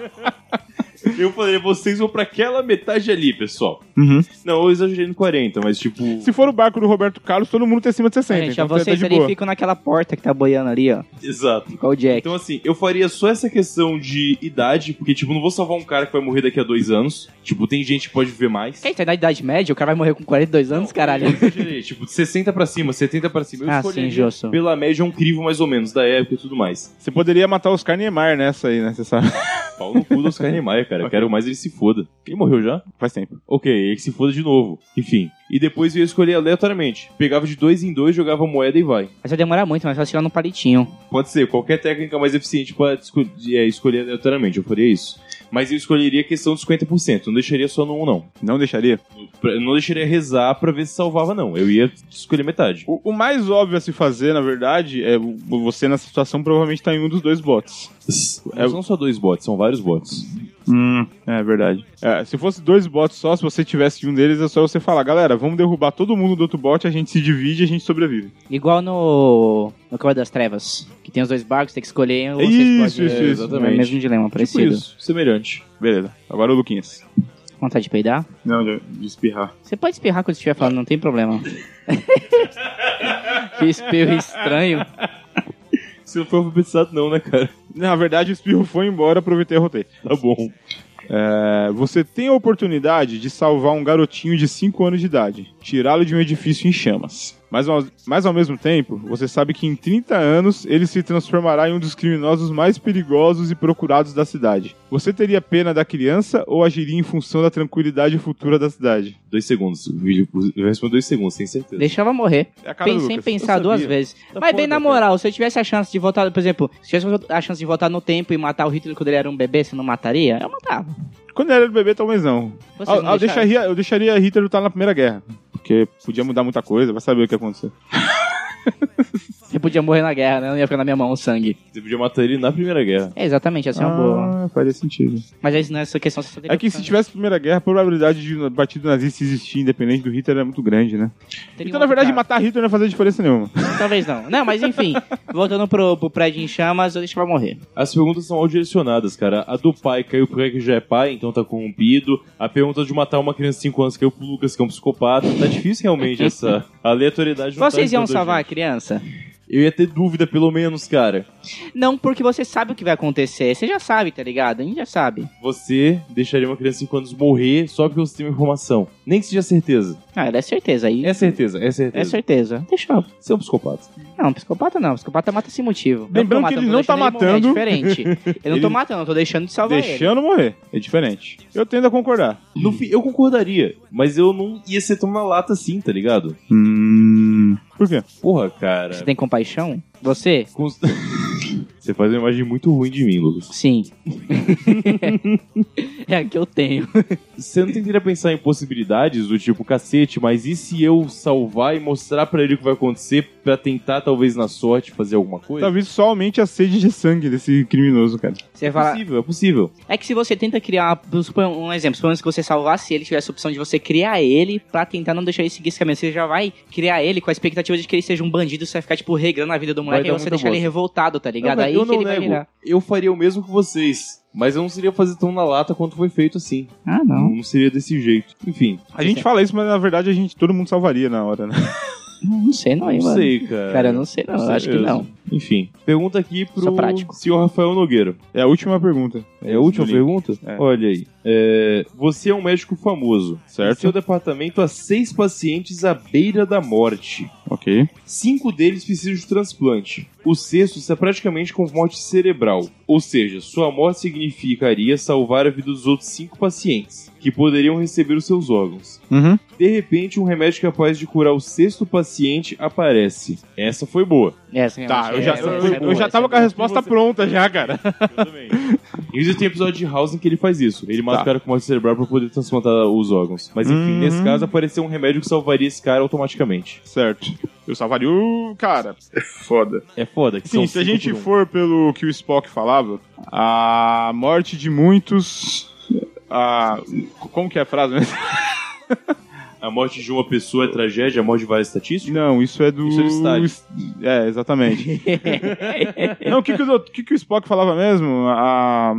S2: eu falei, vocês vão pra aquela metade ali, pessoal.
S1: Uhum.
S2: Não, eu exagerei no 40, mas tipo.
S1: Se for o barco do Roberto Carlos, todo mundo tem acima de 60.
S3: Gente,
S1: então
S3: ó,
S1: você tá
S3: vocês
S1: de
S3: ali
S1: boa.
S3: ficam naquela porta que tá boiando ali, ó.
S2: Exato.
S3: Igual o Jack.
S2: Então, assim, eu faria só essa questão de idade, porque, tipo, não vou salvar um cara que vai morrer daqui a dois anos. Tipo, tem gente que pode viver mais.
S3: Quem tá na Idade Média, o cara vai morrer com 42 anos, caralho.
S2: Eu exagerei, tipo, de 60 pra cima, 70 pra cima. Eu
S3: Ah,
S2: escolheria
S3: sim, Justo.
S2: Pela média, um crivo mais ou menos da época e tudo mais.
S1: Você poderia matar os Niemeyer nessa aí, né? Você sabe.
S2: Pau no cu dos Niemeyer, cara. Eu quero mais ele se foda. Ele morreu já?
S1: Faz tempo.
S2: Ok, ele que se foda de novo. Enfim. E depois eu ia escolher aleatoriamente. Pegava de dois em dois, jogava moeda e vai.
S3: Mas vai demorar muito, mas vai tirar no palitinho.
S2: Pode ser, qualquer técnica mais eficiente pra esco- é, escolher aleatoriamente, eu faria isso. Mas eu escolheria a questão dos 50%, não deixaria só no 1, não.
S1: Não deixaria?
S2: Pra- Não deixaria rezar pra ver se salvava, não. Eu ia escolher metade.
S1: O, o mais óbvio a se fazer, na verdade, é o- você nessa situação provavelmente tá em um dos dois bots.
S2: Não são só dois bots, são vários bots.
S1: Hum, é verdade. É, se fosse dois bots só, se você tivesse um deles, é só você falar, galera, vamos derrubar todo mundo do outro bot, a gente se divide e a gente sobrevive.
S3: Igual no. No Cavaleiro das Trevas. Que tem os dois barcos, tem que escolher um
S1: É
S3: ou você
S1: isso,
S3: explode.
S1: isso,
S2: É,
S1: isso.
S3: É o
S2: exatamente.
S3: mesmo dilema
S2: Tipo
S3: parecido.
S2: isso, semelhante.
S1: Beleza. Agora o Luquinhas.
S3: Vontade de peidar?
S1: Não, de, de espirrar.
S3: Você pode espirrar quando estiver falando, não tem problema. que espirro estranho.
S2: Você não foi alfabetizado, não, né, cara?
S1: Na verdade, o espirro foi embora, aproveitei e rotei.
S2: Tá bom.
S1: É, você tem a oportunidade de salvar um garotinho de 5 anos de idade, tirá-lo de um edifício em chamas. Mas ao, mas ao mesmo tempo, você sabe que em 30 anos ele se transformará em um dos criminosos mais perigosos e procurados da cidade. Você teria pena da criança ou agiria em função da tranquilidade futura da cidade?
S2: Dois segundos. O vídeo eu respondo dois segundos, tenho certeza.
S3: Deixava morrer.
S1: É a cara do
S3: Pense- sem
S1: Lucas.
S3: pensar
S2: Eu
S3: duas
S2: sabia.
S3: vezes.
S2: Tá
S3: Mas bem
S2: foda,
S3: na
S2: cara.
S3: moral, se eu tivesse a chance de voltar, por exemplo, se eu tivesse a chance de voltar no tempo e matar o Hitler quando ele era um bebê, você não mataria? Eu matava.
S1: Quando ele era bebê, talvez não.
S3: Vocês
S1: Ah,
S3: não
S1: ah, eu,
S3: deixaram?
S1: deixaria, eu deixaria Hitler lutar na Primeira Guerra. Porque podia mudar muita coisa, vai saber o que aconteceu.
S3: Você podia morrer na guerra, né? Não ia ficar na minha mão o sangue.
S2: Você podia matar ele na Primeira Guerra.
S3: É, exatamente, essa é uma boa.
S1: Ah, faria sentido.
S3: Mas aí nessa questão você só teria
S1: É que
S3: opção.
S1: se tivesse Primeira Guerra, a probabilidade de partido nazista existir independente do Hitler era muito grande, né?
S3: Teria
S1: então,
S3: um
S1: na verdade,
S3: outro
S1: matar Hitler não ia fazer diferença nenhuma.
S3: cara. Talvez não. Não, mas enfim, voltando pro, pro prédio em chamas, eu deixava morrer.
S2: As perguntas são autodirecionadas, cara. A do pai caiu pro cara que já é pai, então tá corrompido. A pergunta de matar uma criança de 5 anos caiu pro Lucas, que é um psicopata. Tá difícil realmente essa aleatoriedade. não tá
S3: Vocês iam
S2: ajudando a
S3: salvar a
S2: gente.
S3: criança?
S2: Eu ia ter dúvida, pelo menos, cara.
S3: Não, porque você sabe o que vai acontecer. Você já sabe, tá ligado? A gente já sabe.
S2: Você deixaria uma criança de 5 anos morrer só porque você tem uma informação. Nem que seja certeza.
S3: Ah, é certeza aí.
S2: É certeza, é certeza.
S3: É certeza. Deixava.
S2: Você é um psicopata.
S3: Não, psicopata não. Psicopata mata sem motivo.
S1: Lembrando
S3: Eu tô
S1: que ele
S3: matando, tô
S1: não tá
S3: deixando ele morrer, É diferente. Eu não
S1: Ele-
S3: tô matando, eu tô deixando de salvar ele.
S1: Deixando morrer. É diferente. Eu tendo a concordar.
S2: No fim, eu concordaria, mas eu não ia ser tão na lata assim, tá ligado?
S1: Hum. Por quê?
S2: Porra, cara.
S3: Você tem compaixão? Você?
S2: Cons- Você faz uma imagem muito ruim de mim, Lucas.
S3: Sim. é a que eu tenho.
S2: Você não tentaria pensar em possibilidades do tipo, cacete, mas e se eu salvar e mostrar pra ele o que vai acontecer pra tentar, talvez na sorte, fazer alguma coisa?
S1: Talvez só aumente a sede de sangue desse criminoso, cara.
S3: Você
S2: É
S3: fala.
S2: possível, é possível.
S3: É que se você tenta criar. suponha- Um exemplo, suponhamos que você salvasse ele, tivesse a opção de você criar ele pra tentar não deixar ele seguir esse caminho. Você já vai criar ele com a expectativa de que ele seja um bandido, você vai ficar, tipo, regrando a vida do moleque
S2: dar
S3: e você
S2: muita
S3: deixar ele
S2: bosta.
S3: revoltado, tá ligado?
S2: Não,
S3: Aí
S2: eu
S3: que ele vai virar.
S2: Eu faria o mesmo que vocês, mas eu não seria fazer tão na lata quanto foi feito assim.
S3: Ah, não.
S2: Não seria desse jeito. Enfim,
S1: A gente fala isso, mas na verdade a gente todo mundo salvaria na hora, né?
S3: Não sei, não,
S2: não
S3: hein, mano.
S2: sei, cara.
S3: Cara, eu não sei, não.
S2: Não
S3: Eu
S2: sei
S3: acho que
S2: mesmo.
S3: não.
S2: Enfim, pergunta aqui
S3: Só
S2: pro
S3: prático.
S2: senhor Rafael Nogueira.
S1: É a última pergunta.
S2: É a última
S1: Sim.
S2: pergunta?
S1: É.
S2: Olha aí. É, você é um médico famoso.
S1: Certo.
S2: Em seu departamento há seis pacientes à beira da morte.
S1: Ok.
S2: Cinco deles precisam de transplante. O sexto está praticamente com morte cerebral. Ou seja, sua morte significaria salvar a vida dos outros cinco pacientes, que poderiam receber os seus órgãos.
S1: Uhum.
S2: De repente, um remédio capaz de curar o sexto paciente aparece. Essa foi boa.
S3: Essa, é
S1: Tá, eu já,
S2: essa
S1: eu,
S2: foi
S1: eu
S2: boa,
S1: já tava com a resposta pronta já, cara.
S2: Eu também. E Inclusive tem episódio de House em que ele faz isso. Ele mata
S1: Tá.
S2: o cara com morte cerebral pra poder transplantar os órgãos. Mas enfim,
S1: Uhum.
S2: nesse caso apareceu um remédio que salvaria esse cara automaticamente.
S1: Certo. Eu salvaria o cara. É foda.
S2: É foda. Que
S1: Sim,
S2: são
S1: se a
S2: cinco
S1: gente
S2: por um.
S1: for pelo que o Spock falava, a morte de muitos. A... Como que é a frase mesmo?
S2: A morte de uma pessoa é tragédia, a morte de várias estatísticas?
S1: Não, isso é do.
S2: Isso é do estádio.
S1: É, exatamente. Não, o que, que, o, doutor- o que que o Spock falava mesmo? A-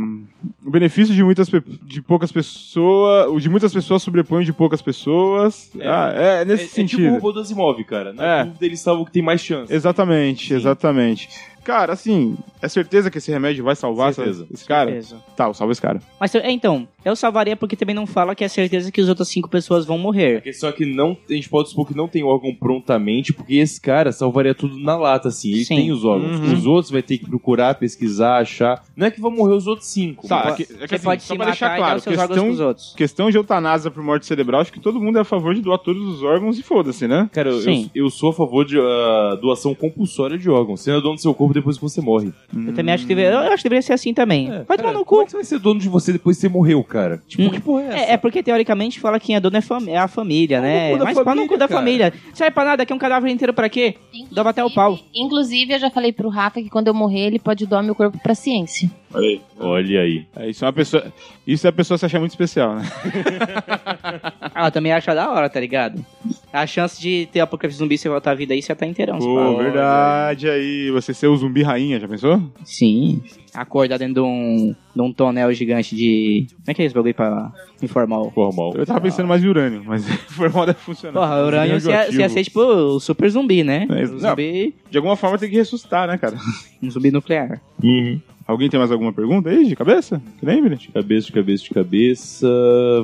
S1: o benefício de muitas pe- de poucas pessoas. O de muitas pessoas sobrepõe o de poucas pessoas.
S2: É.
S1: Ah, é nesse
S2: é,
S1: sentido.
S2: É tipo o robô do Asimov, cara. Na
S1: É.
S2: dúvida, ele salva o que tem mais chance.
S1: Exatamente, exatamente. Cara, assim, é certeza que esse remédio vai salvar essa-
S2: Certeza.
S1: esse cara?
S3: Beleza.
S1: Tá, eu salvo esse cara.
S3: Mas eu- é, então, eu salvaria porque também não fala que é certeza que as outras cinco pessoas vão
S2: A
S3: morrer.
S2: questão é que não, a gente pode supor que não tem órgão prontamente, porque esse cara salvaria tudo na lata, assim. Ele
S3: Sim.
S2: tem os órgãos.
S1: Uhum.
S2: Os outros vai ter que procurar, pesquisar, achar. Não é que vão morrer os outros cinco.
S1: Tá,
S2: mas-
S1: é que, é que
S3: Você
S1: assim,
S3: pode
S1: só
S3: se
S1: pra
S3: matar
S1: deixar
S3: e dar
S1: claro,
S3: os seus órgãos pros
S1: questão,
S3: outros.
S1: questão de eutanásia por morte cerebral, acho que todo mundo é a favor de doar todos os órgãos e foda-se, né?
S2: Cara, eu,
S3: Sim.
S2: eu sou a favor de ah, doação compulsória de órgãos. Você não é dono do seu corpo depois que você morre.
S3: Eu também acho que
S1: Hum,
S3: deveria, eu acho que deveria ser assim também. Vai tomar
S2: cara,
S3: no
S2: Como
S3: cu.
S2: é que você vai ser dono de você depois que você morreu, cara? Tipo,
S3: Hum.
S2: que porra é essa?
S3: É, é porque teoricamente fala que quem é dono é, fami- é a família,
S2: no
S3: né?
S2: cu da
S3: Mas pau no
S2: família,
S3: cu da
S2: cara.
S3: família. Sai pra nada, quer um cadáver inteiro pra quê?
S5: Inclusive-
S3: Dava até o pau.
S5: Inclusive, eu já falei pro Rafa que quando eu morrer, ele pode doar meu corpo pra ciência.
S1: Olha aí.
S2: Olha aí.
S1: É, isso é uma pessoa. Isso é a pessoa se achar muito especial, né?
S3: Ah, eu também acho da hora, tá ligado? A chance de ter apocalipse zumbi e você voltar à vida aí, você tá inteirão. se
S1: Pô,
S3: pá.
S1: verdade aí. Você ser o zumbi rainha, já pensou?
S3: Sim. Acordar dentro de um, de um tonel gigante de... Como é que é esse bagulho pra informar o...
S2: Formal.
S1: Eu tava pensando mais em urânio, mas foi mal deve funcionar.
S3: Porra, o Urânio você ia, você ia ser tipo o super zumbi, né?
S1: É,
S3: um,
S1: não.
S3: zumbi,
S1: De alguma forma tem que ressuscitar, né, cara?
S3: um zumbi nuclear.
S2: Hum,
S1: Alguém tem mais alguma pergunta aí de cabeça? Que lembre?
S2: Cabeça de cabeça de cabeça.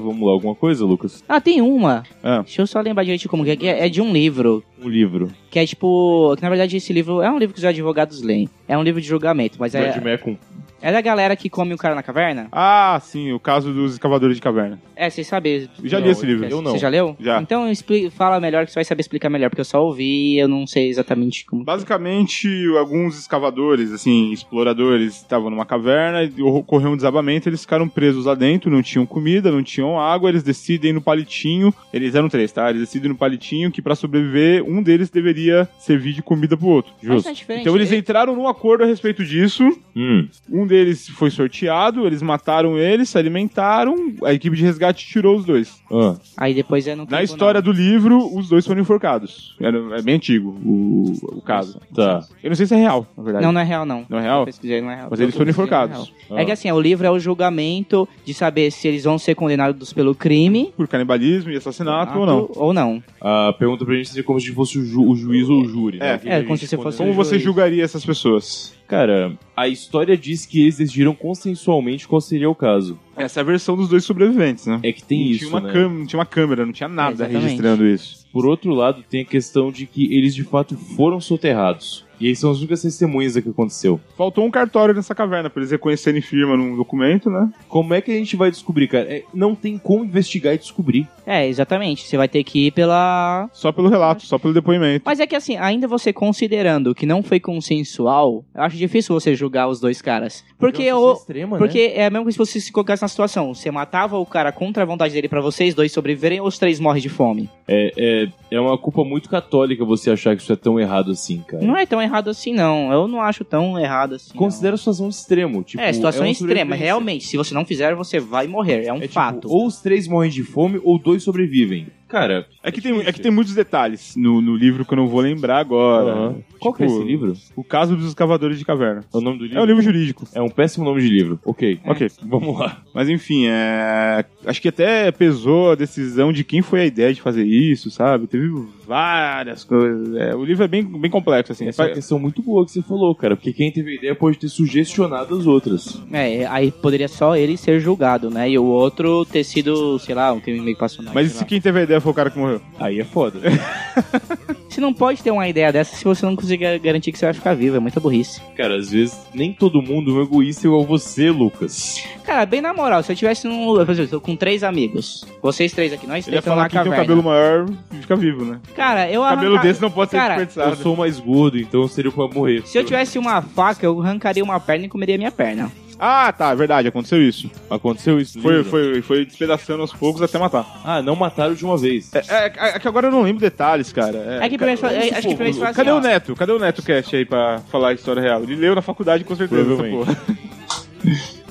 S2: Vamos lá, alguma coisa, Lucas?
S3: Ah, tem uma.
S1: Ah.
S3: Deixa eu só lembrar direito como que é. que É é de um livro.
S2: Um livro.
S3: Que é tipo. Que na verdade esse livro é um livro que os advogados leem. É um livro de julgamento, mas
S2: George
S3: é.
S2: Mecum.
S3: É da galera que come o cara na caverna?
S1: Ah, sim, o caso dos escavadores de caverna.
S3: É, vocês sabem.
S1: Eu já
S2: Não,
S1: li esse livro.
S2: eu não.
S3: Você já leu?
S1: Já.
S3: Então expli- fala melhor que você vai saber explicar melhor, porque eu só ouvi e eu não sei exatamente como.
S1: Basicamente, alguns escavadores, assim, exploradores, estavam numa caverna e ocorreu um desabamento, eles ficaram presos lá dentro, não tinham comida, não tinham água, eles decidem no palitinho, eles eram três, tá? Eles decidem no palitinho que pra sobreviver, um deles deveria servir de comida pro outro.
S3: Mas não é diferente.
S1: Então eles
S3: Eu-
S1: entraram num acordo a respeito disso.
S2: Hum.
S1: Um deles foi sorteado, eles mataram ele, se alimentaram, a equipe de resgate tirou os dois.
S2: Ah.
S3: Aí depois eu não
S1: Na história do livro, os dois foram enforcados. Era, é bem antigo o, o caso.
S2: Tá.
S1: Eu não sei se é real, na verdade.
S3: Não, não é real, não.
S1: Não é
S3: Eu
S1: real?
S3: pesquisei, não é real.
S1: Mas eles
S3: Eu
S1: foram
S3: pesquisei, não é
S1: enforcados.
S3: real. É que assim, o livro é o julgamento de saber se eles vão ser condenados pelo crime
S1: Por canibalismo e assassinato ou não.
S3: Ou não.
S2: Ah, A pergunta pra gente seria como se fosse o, ju- o juiz ou o júri.
S1: É.
S2: né? Que
S3: É,
S2: a gente
S3: como se você fosse
S2: condena.
S1: Como você julgaria essas pessoas?
S2: Cara, a história diz que eles decidiram consensualmente qual seria o caso.
S1: Essa é a versão dos dois sobreviventes, né?
S2: É que tem
S1: não,
S2: isso,
S1: tinha uma
S2: né?
S1: câmera, não tinha uma câmera, não tinha nada
S3: Exatamente.
S1: registrando isso.
S2: Por outro lado, tem a questão de que eles de fato foram soterrados. E eles são as únicas testemunhas do que aconteceu.
S1: Faltou um cartório nessa caverna pra eles reconhecerem firma num documento, né?
S2: Como é que a gente vai descobrir, cara? É, não tem como investigar e descobrir.
S3: É, exatamente. Você vai ter que ir pela.
S1: Só pelo relato, só pelo depoimento.
S3: Mas é que assim, ainda você considerando que não foi consensual, eu acho difícil você julgar os dois caras. Porque
S2: É uma
S3: o.
S2: situação extrema, né?
S3: Porque é mesmo que se você se colocasse na situação, você matava o cara contra a vontade dele pra vocês dois sobreviverem ou os três morrem de fome?
S2: É, é, é uma culpa muito católica você achar que isso é tão errado assim, cara.
S3: Não é tão errado assim, não. Eu não acho tão errado assim. não.
S2: Considera a situação extremo. Tipo,
S3: é, situação
S2: uma
S3: extrema.
S2: sobrevivência.
S3: Realmente, se você não fizer, você vai morrer. É um
S2: É tipo,
S3: fato.
S2: ou os três morrem de fome ou dois sobrevivem. Cara,
S1: É que,
S2: É
S1: tem, é
S2: difícil.
S1: que tem muitos detalhes no, no livro que eu não vou lembrar agora.
S2: Aham. qual que é
S1: Tipo,
S2: esse livro?
S1: O caso dos escavadores de caverna.
S2: É o nome do livro?
S1: É um livro jurídico.
S2: É um péssimo nome de livro. Ok.
S3: É.
S1: Ok.
S2: Vamos lá.
S1: Mas enfim, é... acho que até pesou a decisão de quem foi a ideia de fazer isso, sabe? Teve várias coisas. É, o livro é bem, bem complexo, assim.
S2: Essa é uma questão muito boa que você falou, cara. Porque quem teve a ideia pode ter sugestionado as outras.
S3: É, aí poderia só ele ser julgado, né? E o outro ter sido, sei lá, um crime meio passional.
S1: Mas e se quem teve a ideia foi o cara que morreu?
S2: Aí é foda.
S3: Você não pode ter uma ideia dessa se você não conseguir garantir que você vai ficar vivo. É muita burrice.
S2: cara, às vezes nem todo mundo é um egoísta igual você, Lucas.
S3: Cara, bem na moral, se eu tivesse num lugar, por exemplo, eu tô com três amigos, vocês três aqui, nós
S1: Ele
S3: três
S1: ia
S3: estamos
S1: falar
S3: na
S1: que quem tem um
S3: caverna.
S1: cabelo maior fica vivo, né?
S3: Cara, eu
S1: cabelo
S3: arranca-
S1: desse não pode ser
S3: Cara,
S1: desperdiçado.
S2: Eu sou mais gordo, então seria pra morrer.
S3: Se eu tivesse uma faca, eu arrancaria uma perna e comeria minha perna.
S1: Ah, tá, é verdade, aconteceu isso.
S2: Aconteceu isso? no
S1: Foi,
S2: livro?
S1: foi, foi despedaçando aos poucos até matar.
S2: Ah, não mataram de uma vez.
S1: É, é, é que agora eu não lembro detalhes, cara.
S3: É que primeiro fa- é- acho que primeiro fala assim,
S1: Cadê
S3: ó.
S1: o Neto? Cadê o Neto Cast aí pra falar a história real? Ele leu na faculdade com certeza essa
S2: Provavelmente.
S1: porra.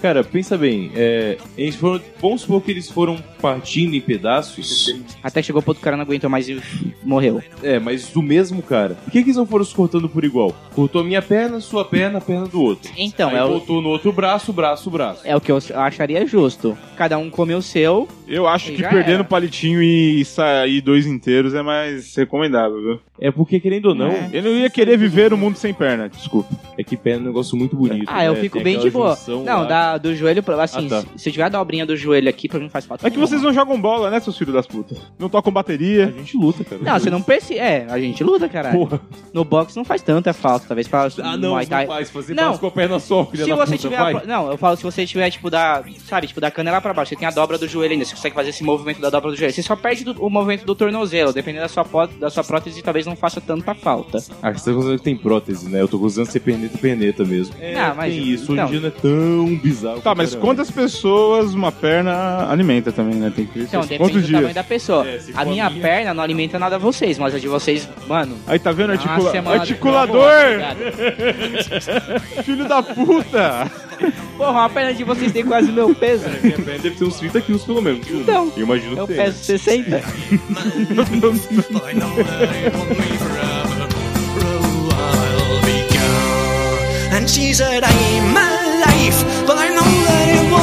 S2: Cara, pensa bem, é, eles foram. Vamos supor que eles foram partindo em pedaços.
S3: Até que chegou o ponto que o cara não aguentou mais e morreu.
S2: É, mas do mesmo cara. Por que, que eles não foram se cortando por igual? Cortou a minha perna, sua perna, a perna do outro.
S3: Então,
S2: Aí
S3: é o,
S2: voltou no outro braço, braço, braço.
S3: é o que eu acharia justo. Cada um comeu o seu.
S1: Eu acho
S3: Aí
S1: que
S3: já
S1: perdendo
S3: era.
S1: palitinho e sair dois inteiros é mais recomendável, viu?
S2: É porque, querendo ou não,
S1: Eu não ia querer viver no mundo sem perna, desculpa.
S2: é que perna é um negócio muito bonito.
S3: Ah, eu
S2: né?
S3: fico
S2: Tem
S3: bem de
S2: aquela
S3: boa.
S2: junção
S3: Não,
S2: lá.
S3: da, do joelho, pra- assim,
S2: Ah, tá.
S3: se, se eu tiver a dobrinha do joelho aqui, pra mim não faz falta.
S1: É que vocês não jogam bola, né, seus filhos das putas? Não tocam
S2: A
S1: bateria.
S2: gente luta, cara.
S3: Não, você não percebe. É, a gente luta, caralho.
S2: Porra.
S3: No boxe não faz tanta falta, talvez pra.
S2: Ah, não,
S3: Muay
S2: você não
S3: Thai.
S2: faz. Fazer
S3: Não.
S2: não. com a perna só, filha
S3: Se
S2: da
S3: você
S2: puta,
S3: tiver.
S2: vai.
S3: a pro- Não, eu falo, se você tiver, tipo, da. Sabe, tipo, da canela pra baixo, você tem a dobra do joelho ainda, você consegue fazer esse movimento da dobra do joelho. Você só perde do- o movimento do tornozelo, dependendo da sua, pó- da sua prótese, talvez não faça tanta falta.
S2: Ah, você tá considerando que tem prótese, né? Eu tô considerando ser perneta e perneta mesmo. É,
S3: Ah, mas-
S2: tem isso.
S3: então.
S2: Hoje em dia não é tão bizarro.
S1: Tá, mas
S2: quantas
S1: quantas pessoas uma perna alimenta também, né? Tem que ver
S3: Então,
S1: isso.
S3: depende
S1: quantos
S3: do tamanho
S1: dias.
S3: da pessoa.
S2: É, se for
S3: a
S2: a
S3: minha
S2: minha-
S3: perna não alimenta nada a vocês, mas a de vocês, mano.
S1: Aí tá vendo?
S3: é uma
S1: Articula...
S3: semana- tá
S1: Articulador!
S3: Obrigado.
S1: Filho da puta!
S3: Porra, a perna de vocês tem quase o meu peso.
S2: Minha perna deve ter uns 30 quilos pelo menos.
S3: Então,
S2: Eu imagino
S3: Eu
S2: que tem.
S3: peso 60.
S9: And she said, I'm alive, but I know that it Oh,